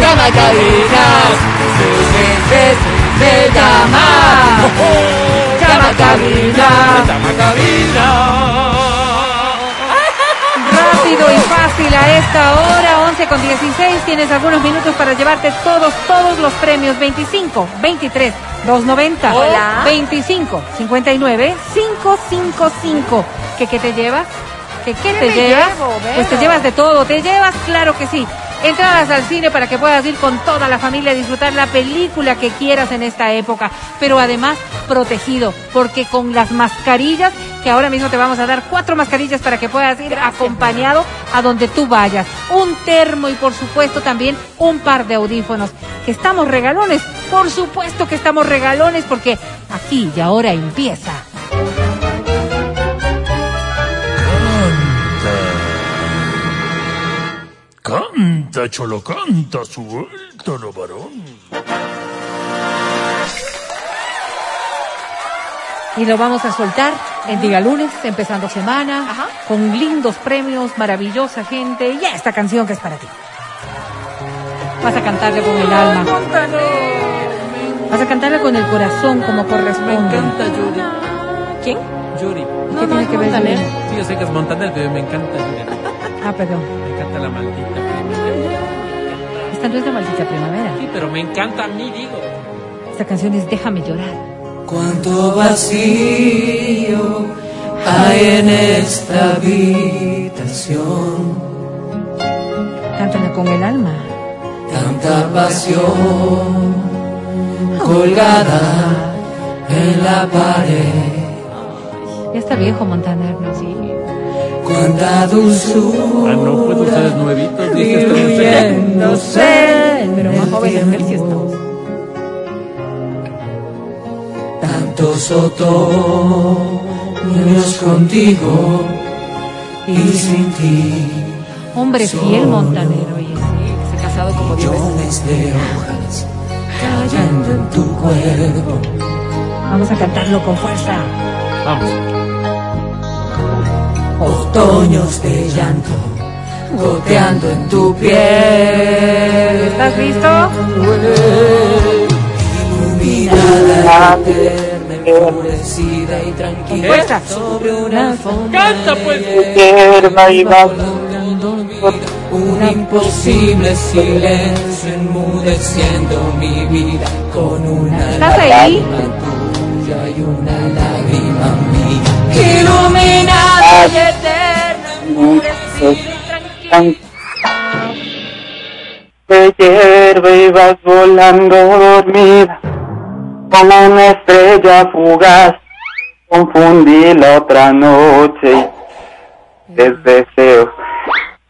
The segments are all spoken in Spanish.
van a cabinas. Me llama, llama cabina. Llama cabina. Rápido y fácil a esta hora, 11 con 16. Tienes algunos minutos para llevarte todos, todos los premios. 25, 23, 290. Hola. 25, 59, 555. ¿Qué, qué te llevas? ¿Qué, qué, te me llevas? llevo, Vero? pues te llevas de todo. ¿Te llevas? Claro que sí. Entradas al cine para que puedas ir con toda la familia a disfrutar la película que quieras en esta época, pero además protegido, porque con las mascarillas, que ahora mismo te vamos a dar cuatro mascarillas para que puedas ir acompañado a donde tú vayas, un termo y por supuesto también un par de audífonos, que estamos regalones, por supuesto que estamos regalones, porque aquí y ahora empieza. Canta, cholo, canta, suéltalo, varón. Y lo vamos a soltar el día lunes, empezando semana, Ajá. con lindos premios, maravillosa gente y esta canción que es para ti. Vas a cantarle con el alma, vas a cantarle con el corazón como Me corresponde. encanta Yuri. ¿Quién? Yuri. ¿Y ¿Qué tiene que ver Montaner. Yuri? Sí, yo sé que es Montaner, pero me encanta Yuri. Ah, perdón. Me encanta la maldita. Esta no es la maldita primavera. Sí, pero me encanta a mí, digo. Esta canción es Déjame llorar. Cuánto vacío hay en esta habitación, Cántala con el alma. tanta pasión colgada en la pared, Ya está viejo Montaner, ¿no? Sí. cuánta dulzura Ah, no, pues ustedes nuevitos, dije estoy diluyéndose, Pero más jóvenes que él sí estamos. tantos otoños contigo y sin ti. Hombre fiel Montaner, oye. Se ha casado como diez veces. Millones de hojas cayendo en tu cuerpo. Vamos a cantarlo con fuerza. Vamos. Otoños de llanto goteando en tu piel. Eh, ¿Estás listo? Iluminada, eterna, enfurecida y Compuesta. tranquila. Sobre una alfombra. Canta, de pues. hielo, volando al dormir, Un imposible silencio enmudeciendo mi vida con una ¿Estás ahí? tuya y una lágrima mía. Iluminada y eterna, enfurecida. tan- de hierba ibas volando dormida, como una estrella fugaz, confundí la otra noche, y tres deseos,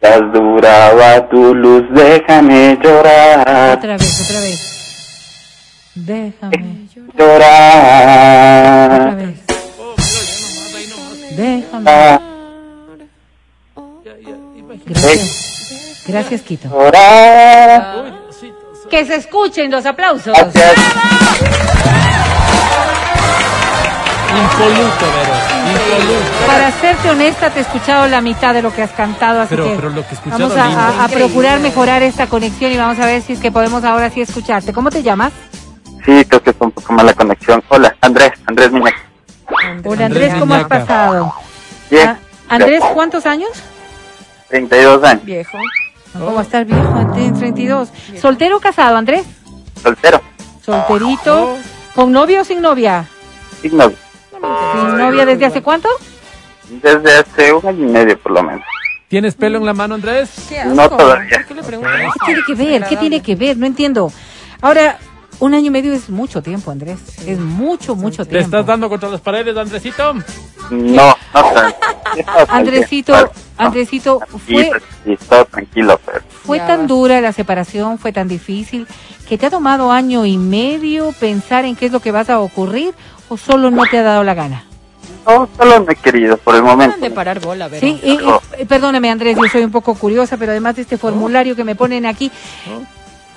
las duraba tu luz, déjame llorar, Otra vez, otra vez. Déjame otra llorar, vez. Oh, pero ya nomás, ahí Déjame. ah, nomás. Ya, ya, imagínate. Gracias. Gracias, Quito. llorar, Uy, sí, sí. Que se escuchen los aplausos. gracias, Impoluto, Vero. Impoluto. Para serte honesta, te he escuchado la mitad de lo que has cantado, así Pero- que pero lo que he escuchado vamos a, a- lindo. a procurar mejorar esta conexión y vamos a ver si es que podemos ahora sí escucharte. ¿Cómo te llamas? sí, creo que fue un poco mala conexión, hola, Andrés, Andrés Miñac, Hola, Andrés, ¿cómo has Miñaca. pasado? bien, Ah, Andrés, ¿cuántos años? 32 años, Viejo. Oh. ¿Cómo estás, viejo? Ah, Tienes 32. ¿Soltero o casado, Andrés? soltero, Solterito. ¿Con novio o sin novia? sin novio. ¿Sin novia desde hace cuánto? Desde hace un año y medio, por lo menos. ¿Tienes pelo en la mano, Andrés? Qué No asco. todavía. ¿Por qué le preguntas? Este, ¿Qué tiene que ver? ¿Qué tiene que ver? No entiendo. Ahora, un año y medio es mucho tiempo, Andrés. Es mucho, mucho ¿Te tiempo. estás dando contra las paredes, Andresito? No, no tanto. Sí, todo Andresito, tranquilo, no. Andresito, Ah. Sí, fue, pues, sí, todo tranquilo, pero fue Ya tan va. dura la separación, fue tan difícil, que te ha tomado año y medio pensar en qué es lo que vas a ocurrir o solo no te ha dado la gana. no, solo no he querido por el Dejan de momento. parar bola, Vero. Sí, eh, eh, perdóname Andrés, yo soy un poco curiosa, pero además de este formulario que me ponen aquí,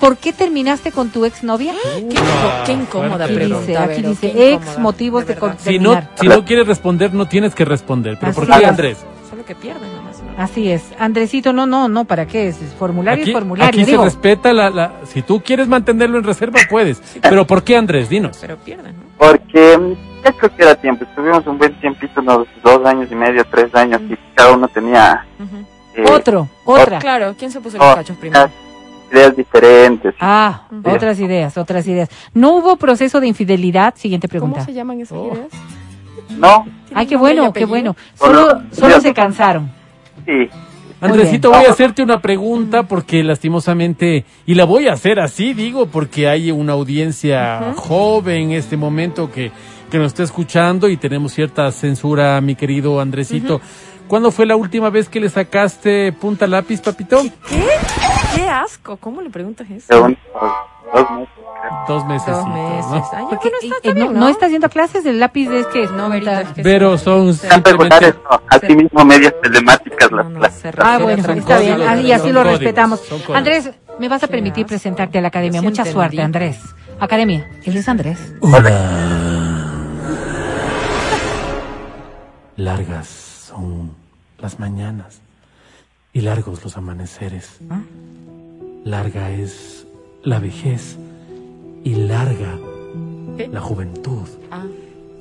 ¿por qué terminaste con tu exnovia? Qué, inco- qué incómoda Fuerte, Aquí pero- dice, pregunta, aquí Vero, dice, qué ex incómoda, motivos de, verdad. con- Si no, terminar. si no quieres responder, no tienes que responder. ¿Pero por Así qué, es. Andrés? Solo que pierden nomás. ¿no? Así es. Andresito, no, no, no, ¿para qué? Es es formulario Aquí, es formulario. aquí se digo. respeta la, la- Si tú quieres mantenerlo en reserva, puedes. Pero ¿por qué, Andrés? Dinos. Pero pierden, ¿no? Porque mm, ya creo que era tiempo. Estuvimos un buen tiempito, unos dos años y medio, tres años, y cada uno tenía Ujú. eh, Otro, otra. Claro, ¿quién se puso los otras cachos primero? ideas diferentes. Ah, otras ideas, otras ideas. ¿No hubo proceso de infidelidad? Siguiente ¿Cómo pregunta. se llaman esas Oh. ideas? No, Ay, qué ¿Tienen bueno, nombre y qué apellido? bueno. Solo, Hola. solo se cansaron. sí, Andresito, voy a hacerte una pregunta porque lastimosamente, y la voy a hacer así, digo, porque hay una audiencia joven en este momento que, que nos está escuchando y tenemos cierta censura, mi querido Andresito. ¿Cuándo fue la última vez que le sacaste punta lápiz, papito? ¿Qué? ¡Qué asco! ¿Cómo le preguntas eso? según dos meses. creo. Dos meses. Dos meses. Ay, ya, Porque, bueno, está, eh, está eh, no, bien, no está haciendo clases de lápiz, es que No, verita, es que Pero son Tan regulares, simplemente... no. Así mismo, medias telemáticas las No, no, se clases. Ah, Pero bueno, son está bien, códigos, ah, y así son lo códigos, respetamos. son códigos. Andrés, me vas a permitir asco. presentarte a la academia. Yo sí Mucha entendí. suerte, Andrés. Academia, él es Andrés. Largas son las mañanas y largos los amaneceres. Larga es la vejez y larga ¿Eh? la juventud, Ah,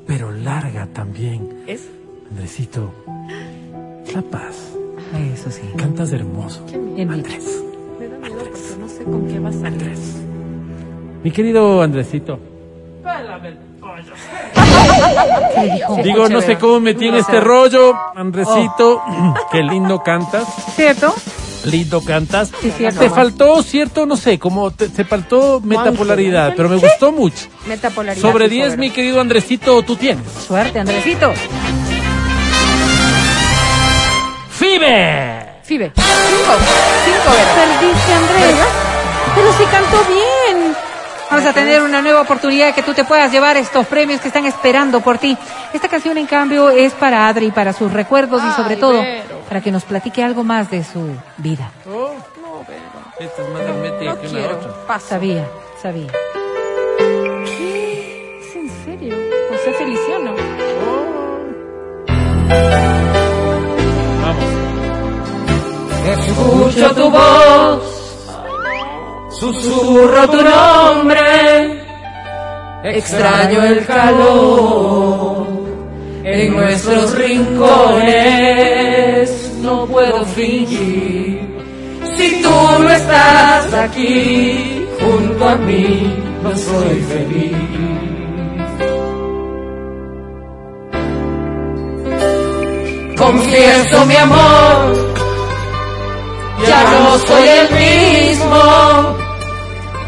pero larga también, es... Andresito, la paz. Eso sí. Cantas hermoso, Bien dicho. Andrés. Me da miedo porque no sé con qué va a salir. Mi querido Andresito, ¿Qué le dijo? Sí. digo, no sé chévere. cómo me metí en No. este rollo, Andresito, qué lindo cantas. ¿Cierto? Lindo cantas. Sí, cierto. Te faltó, cierto, no sé, como te, te faltó metapolaridad, pero me gustó mucho. Metapolaridad. Sobre sí, 10, sobre. mi querido Andresito, tú tienes. Suerte, Andresito. ¡Fibe! Fibe. Cinco. Cinco, ¿verdad? Perdiste, Andrés. Pero sí cantó bien. Vamos a tener una nueva oportunidad de que tú te puedas llevar estos premios que están esperando por ti. Esta canción, en cambio, es para Adri, para sus recuerdos y sobre Ay, todo Vero. para que nos platique algo más de su vida. No, pero... Esta es más almete No que una otra. quiero. Pasa. Sabía, sabía. ¿Qué? ¿Es en serio? José Feliciano. Vamos. Escucho tu voz, susurro tu nombre, extraño el calor en nuestros rincones. No puedo fingir si tú no estás aquí junto a mí. No soy feliz. Confieso mi amor ya no soy el mismo.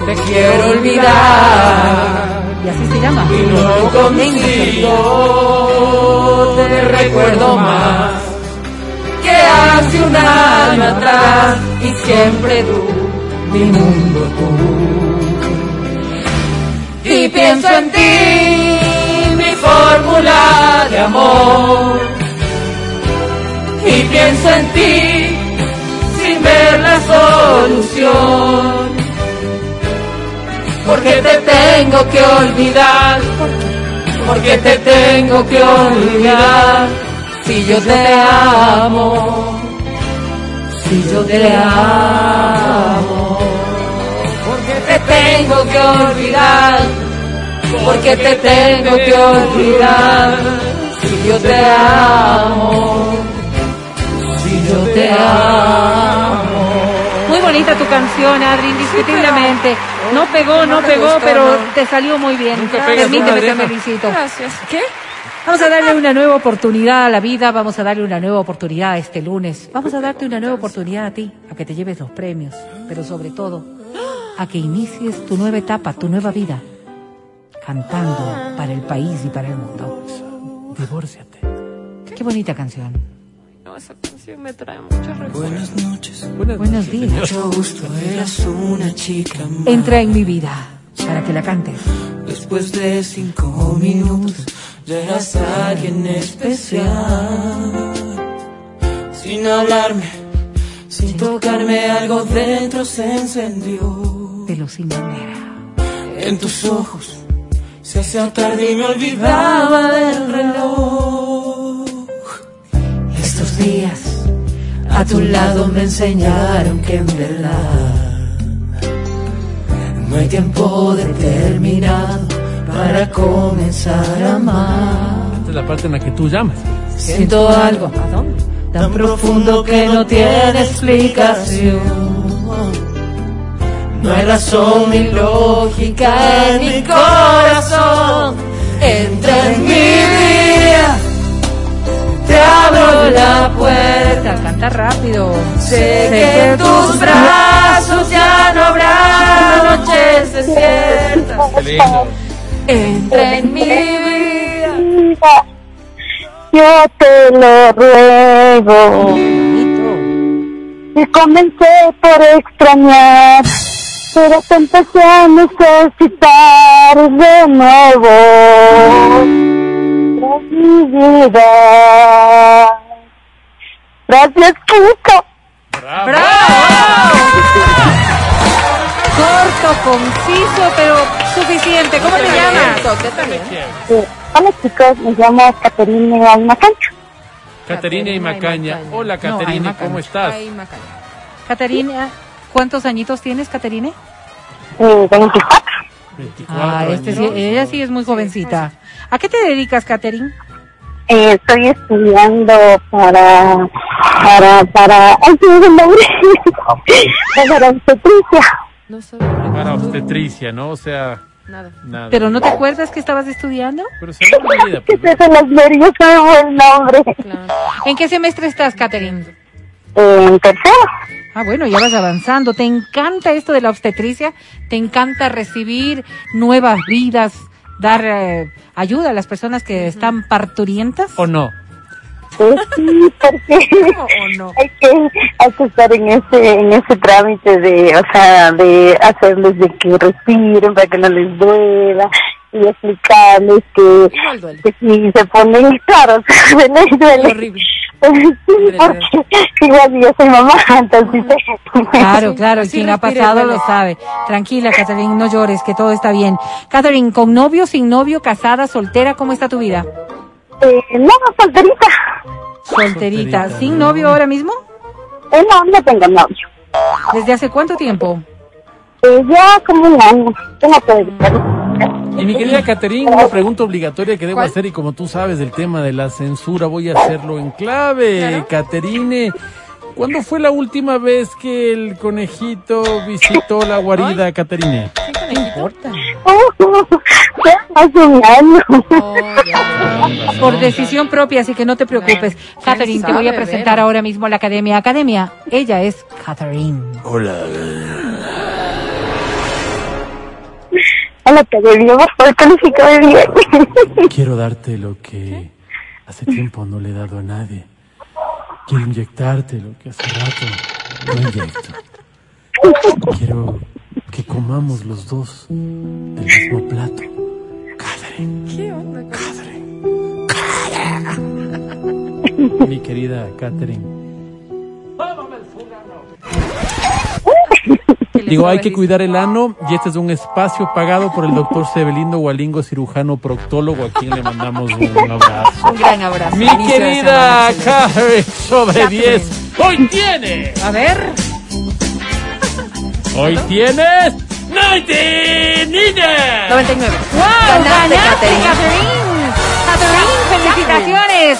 Te quiero olvidar Y así se llama. y no lo consigo. Te recuerdo más que hace un año atrás y siempre tú, mi mundo tú. Y pienso en ti, mi fórmula de amor. Y pienso en ti, sin ver la solución. Porque te tengo que olvidar, porque te tengo que olvidar. Si yo te amo, si yo te amo. Porque te tengo que olvidar, porque te tengo que olvidar. Si yo te amo, si yo te amo. Muy bonita tu canción, Adri, indiscutiblemente. No pegó, no, no te pegó, gustó, pero no. te salió muy bien. Nunca pegas una Permíteme, te oreja. felicito. Gracias. ¿Qué? Vamos a darle una nueva oportunidad a la vida, vamos a darle una nueva oportunidad a este lunes. Vamos a darte una nueva oportunidad a ti, a que te lleves los premios, pero sobre todo a que inicies tu nueva etapa, tu nueva vida, cantando para el país y para el mundo. Divórciate. Qué bonita canción. No, esa canción me trae muchos recuerdos. Buenas Buenos noches, días. señor. gusto eras una chica Entra en mi vida para que la cantes. Después de cinco minutos ya eras alguien especial. Sin hablarme, sin tocarme, algo dentro se encendió. de los sin manera. En tus ojos se hacía tarde y me olvidaba del reloj. Estos días A A tu lado me enseñaron que en verdad no hay tiempo determinado para comenzar a amar. Esta es la parte en la que tú llamas. Siento algo ¿A dónde? tan profundo que no tiene explicación. No hay razón ni lógica en mi corazón. Entra en mi vida, te abro la puerta. Canta rápido. Sé que en tus brazos ya no habrá noches desiertas. Lindo. Entra en mi vida. Yo te lo ruego. Y comencé por extrañar, pero te empecé a necesitar de nuevo. Tras mi vida. Gracias, Kiko. Corto, conciso, pero suficiente. ¿Cómo te llamas? ¿Qué tal? Eh, hola, chicos. Me llamo Caterina Alma Cancho. Caterina y Macaña. Macaña. Hola, No, Caterina, Aymacaña. ¿cómo estás? Ahí, Macaña. Caterina, ¿eh? ¿cuántos añitos tienes, Caterine? Eh, 24. 24 Ah, este sí, años. ella sí es muy jovencita. ¿A qué te dedicas, Caterine? Eh, estoy estudiando para para para ay se me fue el nombre para obstetricia No sabía Para obstetricia, ¿no? O sea, nada. nada. ¿Pero no te acuerdas que estabas estudiando? Pero se me olvida, que pues, se hacen las nervios se me fue el nombre Claro. ¿En qué semestre estás, Caterine? Eh, en tercero Ah, bueno, ya vas avanzando. ¿Te encanta esto de la obstetricia? ¿Te encanta recibir nuevas vidas, dar eh, ayuda a las personas que están parturientas? ¿O no? Eh, sí porque ¿Cómo o no? hay que hay que estar en ese en ese trámite de o sea de hacerles de que respiren para que no les duela y explicarles que Igual duele. que si se ponen caros duele duele Horrible. Sí, porque igual yo soy mamá, entonces Claro, Sí, claro, así quien ha respires, pasado Vale. lo sabe. Tranquila, Catherine, no llores, que todo está bien. Catherine, ¿con novio, sin novio, casada, soltera, cómo está tu vida? eh, no, solterita. Solterita, Solterita, ¿sin ¿no? novio ahora mismo? Eh, no, no tengo novio. ¿Desde hace cuánto tiempo? Eh, ya como un año, yo no puedo evitarlo. Y mi querida Caterina, una pregunta obligatoria que debo hacer y como tú sabes del tema de la censura, voy a hacerlo en clave. Caterine, ¿cuándo fue la última vez que el conejito visitó la guarida, Caterine? ¿Qué importa? Mm. Oh, ya hace un año. Oh, ya. Por decisión propia, así que no te preocupes. ¿Quién Catherine, te voy a sabe, presentar Vero? ahora mismo a la academia. Academia, ella es Catherine. Hola, te debió, por favor, calificado bien. Quiero darte lo que hace tiempo no le he dado a nadie. Quiero inyectarte lo que hace rato no inyecto. Quiero que comamos los dos del mismo plato. ¿Qué onda? con- Mi querida Catherine. ¿Qué le Digo, hay sabe? que cuidar el ano y este es un espacio pagado por el doctor Sebelindo Gualingo, cirujano proctólogo, a quien le mandamos un abrazo. Un gran abrazo. Mi Inicio de querida semana, sí. Catherine, sobre 10. Hoy tiene. A ver, Hoy tienes. ¡Nighty Ninja! 99. ¡wow! Ganaste, ¡Ganaste, Catherine. Catherine! Catherine, felicitaciones.